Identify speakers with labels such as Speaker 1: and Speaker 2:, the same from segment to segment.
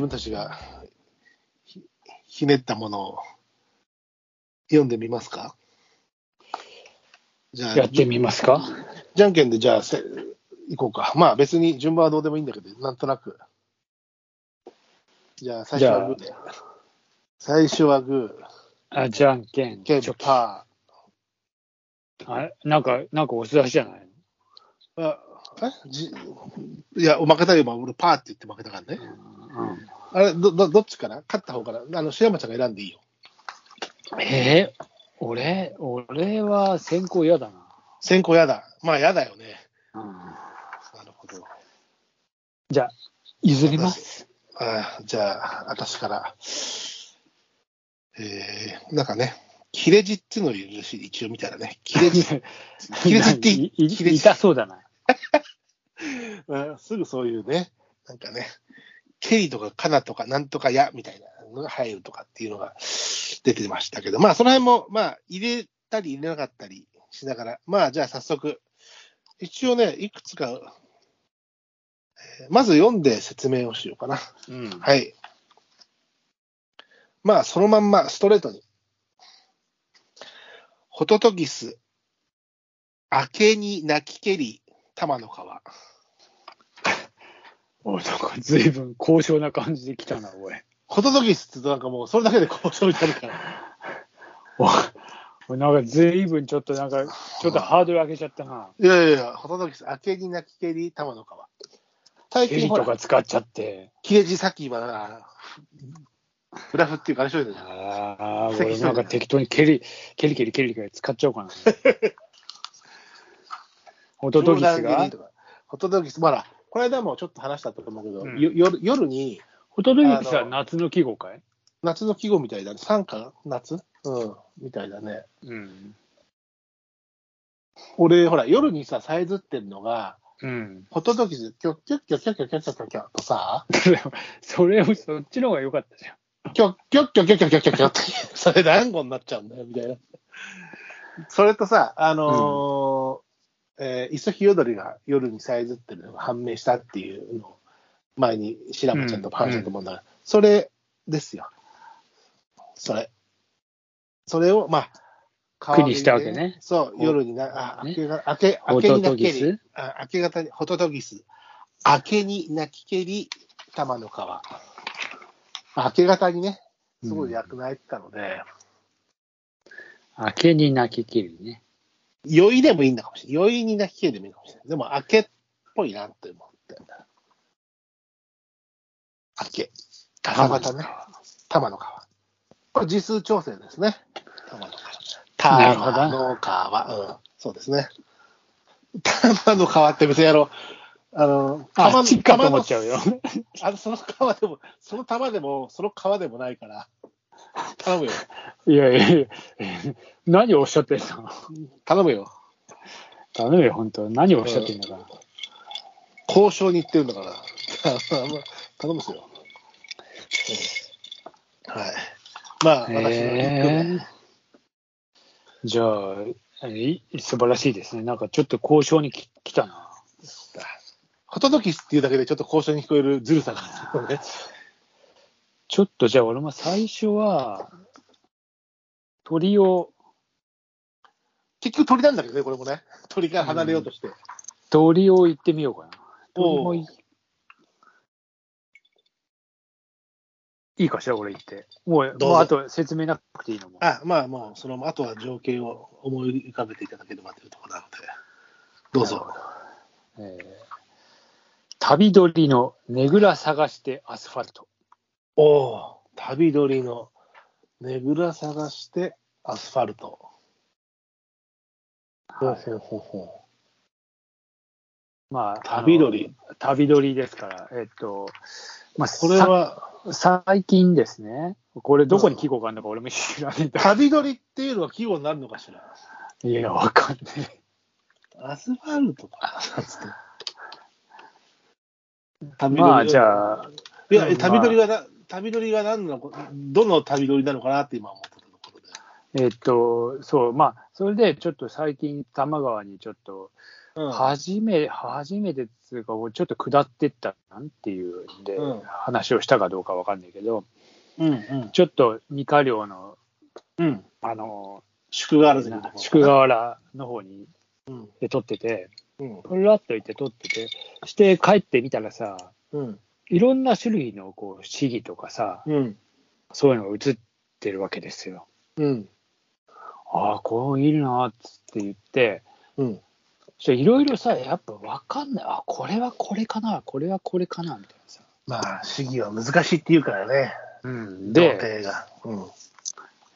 Speaker 1: 分たちがひひねったものを読んでみますかじゃあ、
Speaker 2: やってみますか
Speaker 1: じゃんけんで、じゃあせ、行こうか。まあ別に順番はどうでもいいんだけど、なんとなく。じゃあ最初はグーで。最初はグ
Speaker 2: あ、じゃんけん。
Speaker 1: ー、ケン
Speaker 2: チョキ
Speaker 1: パ
Speaker 2: あなんか、なんか押し出しじゃない
Speaker 1: ー。あえじいや、お負けたよ、今俺パーって言って負けたからね。
Speaker 2: の、
Speaker 1: あれ、ど、ど、どっちかな勝った方から。あの、白山ちゃんが選んでいいよ。
Speaker 2: うん、えー、俺、俺は先行嫌だな。
Speaker 1: 先行やだ。まあやだよね。なるほど。
Speaker 2: じゃあ、譲ります。
Speaker 1: あーじゃあ、私から。えー、なんかね、切れ字っていうのを許し、一応見たらね、切れ字、 切れ字って
Speaker 2: いい
Speaker 1: 切れ字
Speaker 2: 痛そうだな。
Speaker 1: うんすぐそういうね、なんかね、ケリとかカナとかなんとかやみたいなのが入るとかっていうのが出てましたけど、まあその辺も、まあ入れたり入れなかったりしながら、まあじゃあ早速、一応ね、いくつか、えーまず読んで説明をしようかな。
Speaker 2: うん。
Speaker 1: はい。まあ、そのまんま、ストレートに。ホトトギス、明けに泣きけり、玉の川。
Speaker 2: おなんか随分高尚な感じで来たな、おい。
Speaker 1: ホトトギスって言うとなんかもう、それだけで交渉になるから。
Speaker 2: おおなんか随分ちょっとなんか、ちょっとハードル上げちゃったな。
Speaker 1: いやいやいや、ホトトギス、明けに泣きけり、玉の川。最
Speaker 2: ヘ
Speaker 1: 近
Speaker 2: リ
Speaker 1: ほ
Speaker 2: と
Speaker 1: ら
Speaker 2: か、使っちゃって。
Speaker 1: 切れ字さっき今、グラフっていうか、あれしといたじゃん。
Speaker 2: ああ、俺なんか適当に蹴り、蹴り蹴り蹴り蹴り使っちゃおう かな。ホトトギス
Speaker 1: 冗談蹴
Speaker 2: が
Speaker 1: りとかホトトギス、まだ、この間もちょっと話したと思うけど、
Speaker 2: うん
Speaker 1: よ夜夜に、
Speaker 2: ホトトギス
Speaker 1: あ
Speaker 2: は
Speaker 1: の
Speaker 2: 夏の季語かい
Speaker 1: 夏の季語みたいだね。三か夏うん、みたいだね。
Speaker 2: うん。
Speaker 1: 俺、ほら、夜にさ、さえずってんのが、
Speaker 2: うん。
Speaker 1: ホトトギス、キョッキョッキョッキョッキョッキョッキョッキョッキョッとさ、
Speaker 2: それを、そっちの方が良かったじゃん。
Speaker 1: キョッキョッキョッキョッキョッキョッキョッキョッって、 それ団子になっちゃうんだよ、みたいな。それとさ、あのーえー、磯日踊りが夜にさえずってるのが判明したっていうのを、前に白馬ちゃんとパンちゃんと思うんだが、それですよ。それ。それを、まあ、
Speaker 2: 苦にしたわけね
Speaker 1: そう、夜にな、あ、
Speaker 2: ね
Speaker 1: 明けが、明け、明
Speaker 2: ホ
Speaker 1: け
Speaker 2: ト
Speaker 1: に
Speaker 2: ト
Speaker 1: 泣き
Speaker 2: ギ
Speaker 1: けり
Speaker 2: ス。
Speaker 1: あ明け方に、ホトトギス。明けに泣きけり、玉の川。明け方にね、すごい役に入ってたので、
Speaker 2: 明けに泣ききりね。
Speaker 1: 酔いでもいいんだかもしれない。酔いに泣きけりでもいいかもしれない。でも、明けっぽいなって思って。明け。
Speaker 2: 玉の
Speaker 1: 七夕ね。玉の川。これ、時数調整ですね。玉の
Speaker 2: なる
Speaker 1: 川。
Speaker 2: ほど
Speaker 1: 玉の川。うん。そうですね。玉の川って別にあの、あの、玉
Speaker 2: あ、
Speaker 1: の
Speaker 2: チッカと思っちゃうよ。
Speaker 1: あのその川でも、その玉でも、その川でもないから、頼むよ、
Speaker 2: いやいやいや、何をおっしゃってんの
Speaker 1: 頼むよ。
Speaker 2: ダメよ、本当何をおっしゃってんのか。
Speaker 1: 交渉に行ってるんだから、 頼むっすよ。うんはい。まあ、私の一
Speaker 2: へえじゃあ、い素晴らしいですね。なんかちょっと交渉にき来たな。
Speaker 1: 句だ。ホトトギスっていうだけでちょっと交渉に聞こえるずるさがあるよね。
Speaker 2: ちょっとじゃあ俺も最初は、鳥を、
Speaker 1: 結局鳥なんだけどね、これもね。鳥から離れようとして。
Speaker 2: 鳥を行ってみようかな。鳥もいい。いいかしら、俺行って。も
Speaker 1: ど
Speaker 2: う、
Speaker 1: うぞ
Speaker 2: もうあと説明なくていいのも。
Speaker 1: あ、まあもう、その、あとは情景を思い浮かべていただければというところなので、どうぞ。
Speaker 2: えー旅鳥のねぐら探してアスファルト。
Speaker 1: おお、旅鳥のねぐら探してアスファルト。
Speaker 2: はい
Speaker 1: ほうほうほ
Speaker 2: まあ、あの
Speaker 1: 旅鳥。
Speaker 2: 旅鳥ですから、えっと、まあ、
Speaker 1: これは、
Speaker 2: さ最近ですね、これどこに季語があるのか俺も知らないんだ。
Speaker 1: 旅鳥っていうのは季語になるのかしら。
Speaker 2: いや、わかんね
Speaker 1: アスファルトか。つって
Speaker 2: え。
Speaker 1: 旅鳥
Speaker 2: まあ、じゃあ、
Speaker 1: いや、
Speaker 2: まあ
Speaker 1: 旅鳥がな、旅鳥が何なのか、どの旅鳥なのかなって今思ってたところで。
Speaker 2: えっと、そう、まあ、それでちょっと最近、多摩川にちょっと、
Speaker 1: うん
Speaker 2: 初め、初めてっつうか、俺ちょっと下ってったなんていうんで
Speaker 1: うん、
Speaker 2: 話をしたかどうかわかんないけど、
Speaker 1: うんうん
Speaker 2: ちょっと二課寮の、
Speaker 1: うん。
Speaker 2: あの、
Speaker 1: 宿があるぜ。
Speaker 2: 宿河原の方に
Speaker 1: うん
Speaker 2: で撮ってて、
Speaker 1: うん
Speaker 2: ふらっと行って撮ってて、して帰ってみたらさ、
Speaker 1: うん
Speaker 2: いろんな種類のこう市議とかさ、
Speaker 1: うん
Speaker 2: そういうのが映ってるわけですよ。
Speaker 1: うん
Speaker 2: ああ、こういるなっつって言って、
Speaker 1: うん
Speaker 2: そしていろいろさ、やっぱ分かんない、あこれはこれかな、これはこれかなみたいなさ。
Speaker 1: まあ、主義は難しいっていうからね、
Speaker 2: うん、
Speaker 1: 童貞
Speaker 2: で、
Speaker 1: が。うん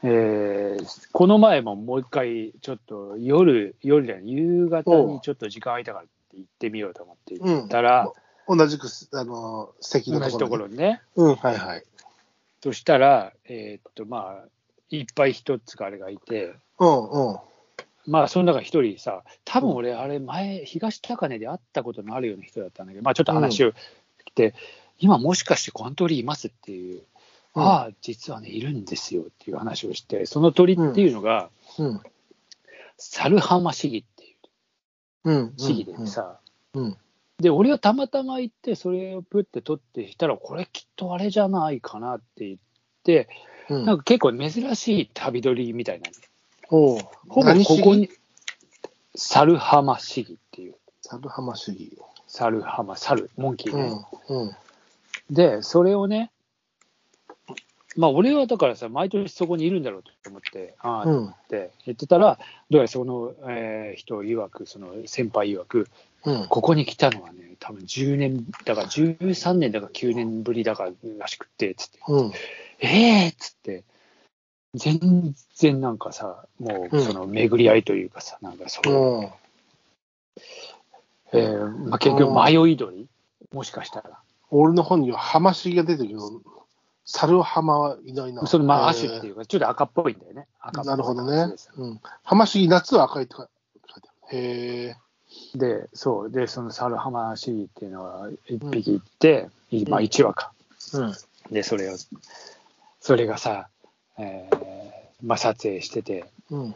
Speaker 2: えーこの前ももう一回、ちょっと夜、夜じゃない、夕方にちょっと時間空いたからって行ってみようと思って行ったら、
Speaker 1: 同じくす、あの、席の
Speaker 2: 同じと
Speaker 1: と
Speaker 2: こ
Speaker 1: こ
Speaker 2: ろ
Speaker 1: ろに。
Speaker 2: にね、
Speaker 1: うん、はいはい。
Speaker 2: そしたら、えーっと、まあ、いっぱい一つかあれがいて、
Speaker 1: うんうん。
Speaker 2: まあ、その中一人さ、多分俺、あれ、前、東高根で会ったことのあるような人だったんだけど、まあ、ちょっと話を聞いて、今、もしかしてこの鳥いますってい
Speaker 1: う
Speaker 2: う、
Speaker 1: ん
Speaker 2: ああ、実はね、いるんですよっていう話をして、その鳥っていうのが、
Speaker 1: うん
Speaker 2: 猿浜市議っていう
Speaker 1: うん。
Speaker 2: 市議でさ、
Speaker 1: うん。
Speaker 2: で、俺はたまたま行って、それをプって取ってきたら、これきっとあれじゃないかなって言って、
Speaker 1: うん。
Speaker 2: なんか結構珍しい旅鳥みたいな、
Speaker 1: おう
Speaker 2: ほぼ
Speaker 1: 何主
Speaker 2: こ
Speaker 1: 義
Speaker 2: こに、猿浜市議っていう。
Speaker 1: 猿浜主義。
Speaker 2: 猿浜猿モンキー
Speaker 1: うん、
Speaker 2: ね
Speaker 1: うん。
Speaker 2: でそれをねまあ俺はだからさ毎年そこにいるんだろうと思ってああと
Speaker 1: う
Speaker 2: 思
Speaker 1: ん
Speaker 2: って言ってたらどうやらその、えー人曰くその先輩曰く
Speaker 1: うん。
Speaker 2: ここに来たのはね多分10年だから13年だから9年ぶりだかららしくってつって
Speaker 1: うん。
Speaker 2: 「ええー!」っつって全然なんかさもうその巡り合いというかさなんかそういう
Speaker 1: うん。
Speaker 2: えーまあ、結局迷い鳥もしかしたら。
Speaker 1: 俺の本には浜主義が出てるけど、猿浜はいないな。
Speaker 2: そのまあ、
Speaker 1: え
Speaker 2: 亜種っていうか、ちょっと赤っぽいんだよね。赤っぽい
Speaker 1: なるほどね
Speaker 2: です。
Speaker 1: うん。浜主義、夏は赤いって書いてある。へえ。
Speaker 2: で、そう、で、そのサルハマシギっていうのは1匹いって、まあ1羽か。
Speaker 1: うん。
Speaker 2: で、それを、それがさ、えーまあ撮影してて、
Speaker 1: うん。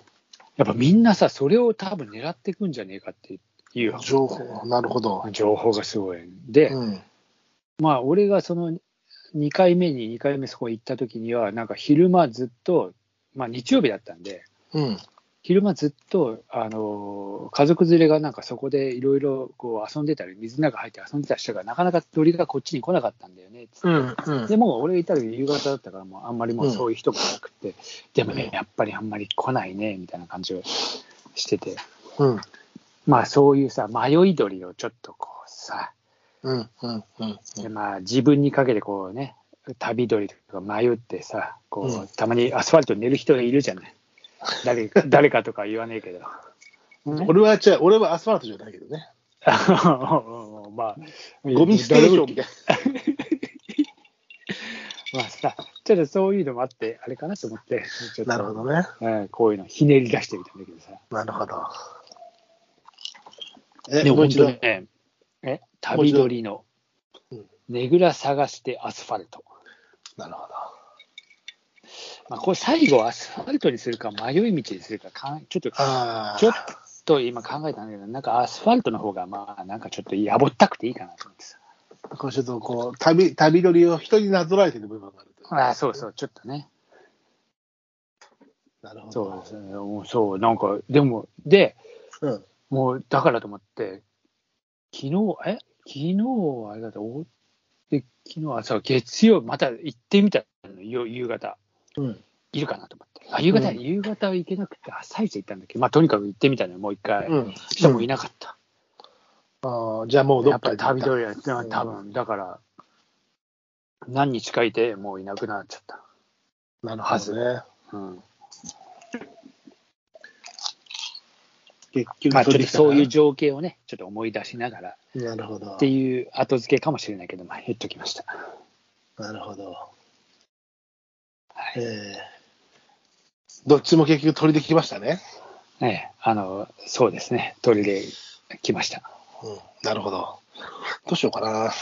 Speaker 2: やっぱみんなさ、それを多分狙っていくんじゃねえかっていう
Speaker 1: 情報、なるほど。
Speaker 2: 情報がすごい。で、
Speaker 1: うん。
Speaker 2: まあ俺がその2回目に、2回目そこ行った時には、なんか昼間ずっと、まあ日曜日だったんで、
Speaker 1: うん。
Speaker 2: 昼間ずっと、あのー家族連れがなんかそこでいろいろこう遊んでたり水の中入って遊んでた人がなかなか鳥がこっちに来なかったんだよねつって
Speaker 1: うん。うん
Speaker 2: でもう俺がいた時夕方だったからもうあんまりもうそういう人もなくて、でもねやっぱりあんまり来ないねみたいな感じをしてて
Speaker 1: うん。
Speaker 2: まあそういうさ迷い鳥をちょっとこうさ、
Speaker 1: うん。うん。うん。
Speaker 2: でまあ、自分にかけてこうね旅鳥とか迷ってさこう、
Speaker 1: うん
Speaker 2: たまにアスファルトに寝る人がいるじゃない 誰か誰かとか言わねえけど。 ね
Speaker 1: 俺は違う、俺はアスファルトじゃないけどね。
Speaker 2: あのまあ、
Speaker 1: ゴミステーションみたい
Speaker 2: まあさ、ちょっとそういうのもあって、あれかなと思って、ちょっと
Speaker 1: な。なるほどね。
Speaker 2: うんこういうのひねり出してみたんだけどさ。
Speaker 1: なるほど。え、
Speaker 2: で
Speaker 1: もう一度。
Speaker 2: 本当にね、え、旅鳥の
Speaker 1: うん、
Speaker 2: ねぐら探してアスファルト。
Speaker 1: なるほど。
Speaker 2: まあ、これ最後アスファルトにするか迷い道にするかかん、ちょっと、
Speaker 1: ああ。
Speaker 2: ちょっと今考えたんだけど、なんかアスファルトの方が、まあ、なんかちょっとやぼったくていいかなと思ってさ。
Speaker 1: こうちょっとこう、旅、旅乗りを人になぞらえてる部分があるという。
Speaker 2: ああ、そうそう、ちょっとね。
Speaker 1: なるほ
Speaker 2: そう
Speaker 1: ど
Speaker 2: で。すね。もうそう、なんか、でも、で、
Speaker 1: うん
Speaker 2: もうだからと思って、昨日、え昨日あれだと、おで昨日はさ、月曜、また行ってみたの、よ夕方、
Speaker 1: うん。
Speaker 2: いるかなと思って。あ夕方、
Speaker 1: うん
Speaker 2: 夕方は行けなくて、朝一行ったんだけど、まあ、とにかく行ってみたのよ、もう一回。
Speaker 1: うん。
Speaker 2: 人もいなかった。
Speaker 1: ああ、じゃあもうど
Speaker 2: や
Speaker 1: っ
Speaker 2: っぱ
Speaker 1: か
Speaker 2: り
Speaker 1: にり。
Speaker 2: 旅通りは、多分だから、何日かいて、もういなくなっちゃった。
Speaker 1: なるほどね。
Speaker 2: うん
Speaker 1: 結局、
Speaker 2: まあ、ちょっとそういう
Speaker 1: 取
Speaker 2: 情景をね、ちょっと思い出しながら、
Speaker 1: りかな。なるほど
Speaker 2: って。いう後付けかもしれないけど、まあ、言っときました。
Speaker 1: なるほど。
Speaker 2: は
Speaker 1: え
Speaker 2: い
Speaker 1: えどっちも結局取りできましたね。
Speaker 2: ええ、あの、そうですね、取りで来ました。
Speaker 1: うん。なるほど。どうしようかな。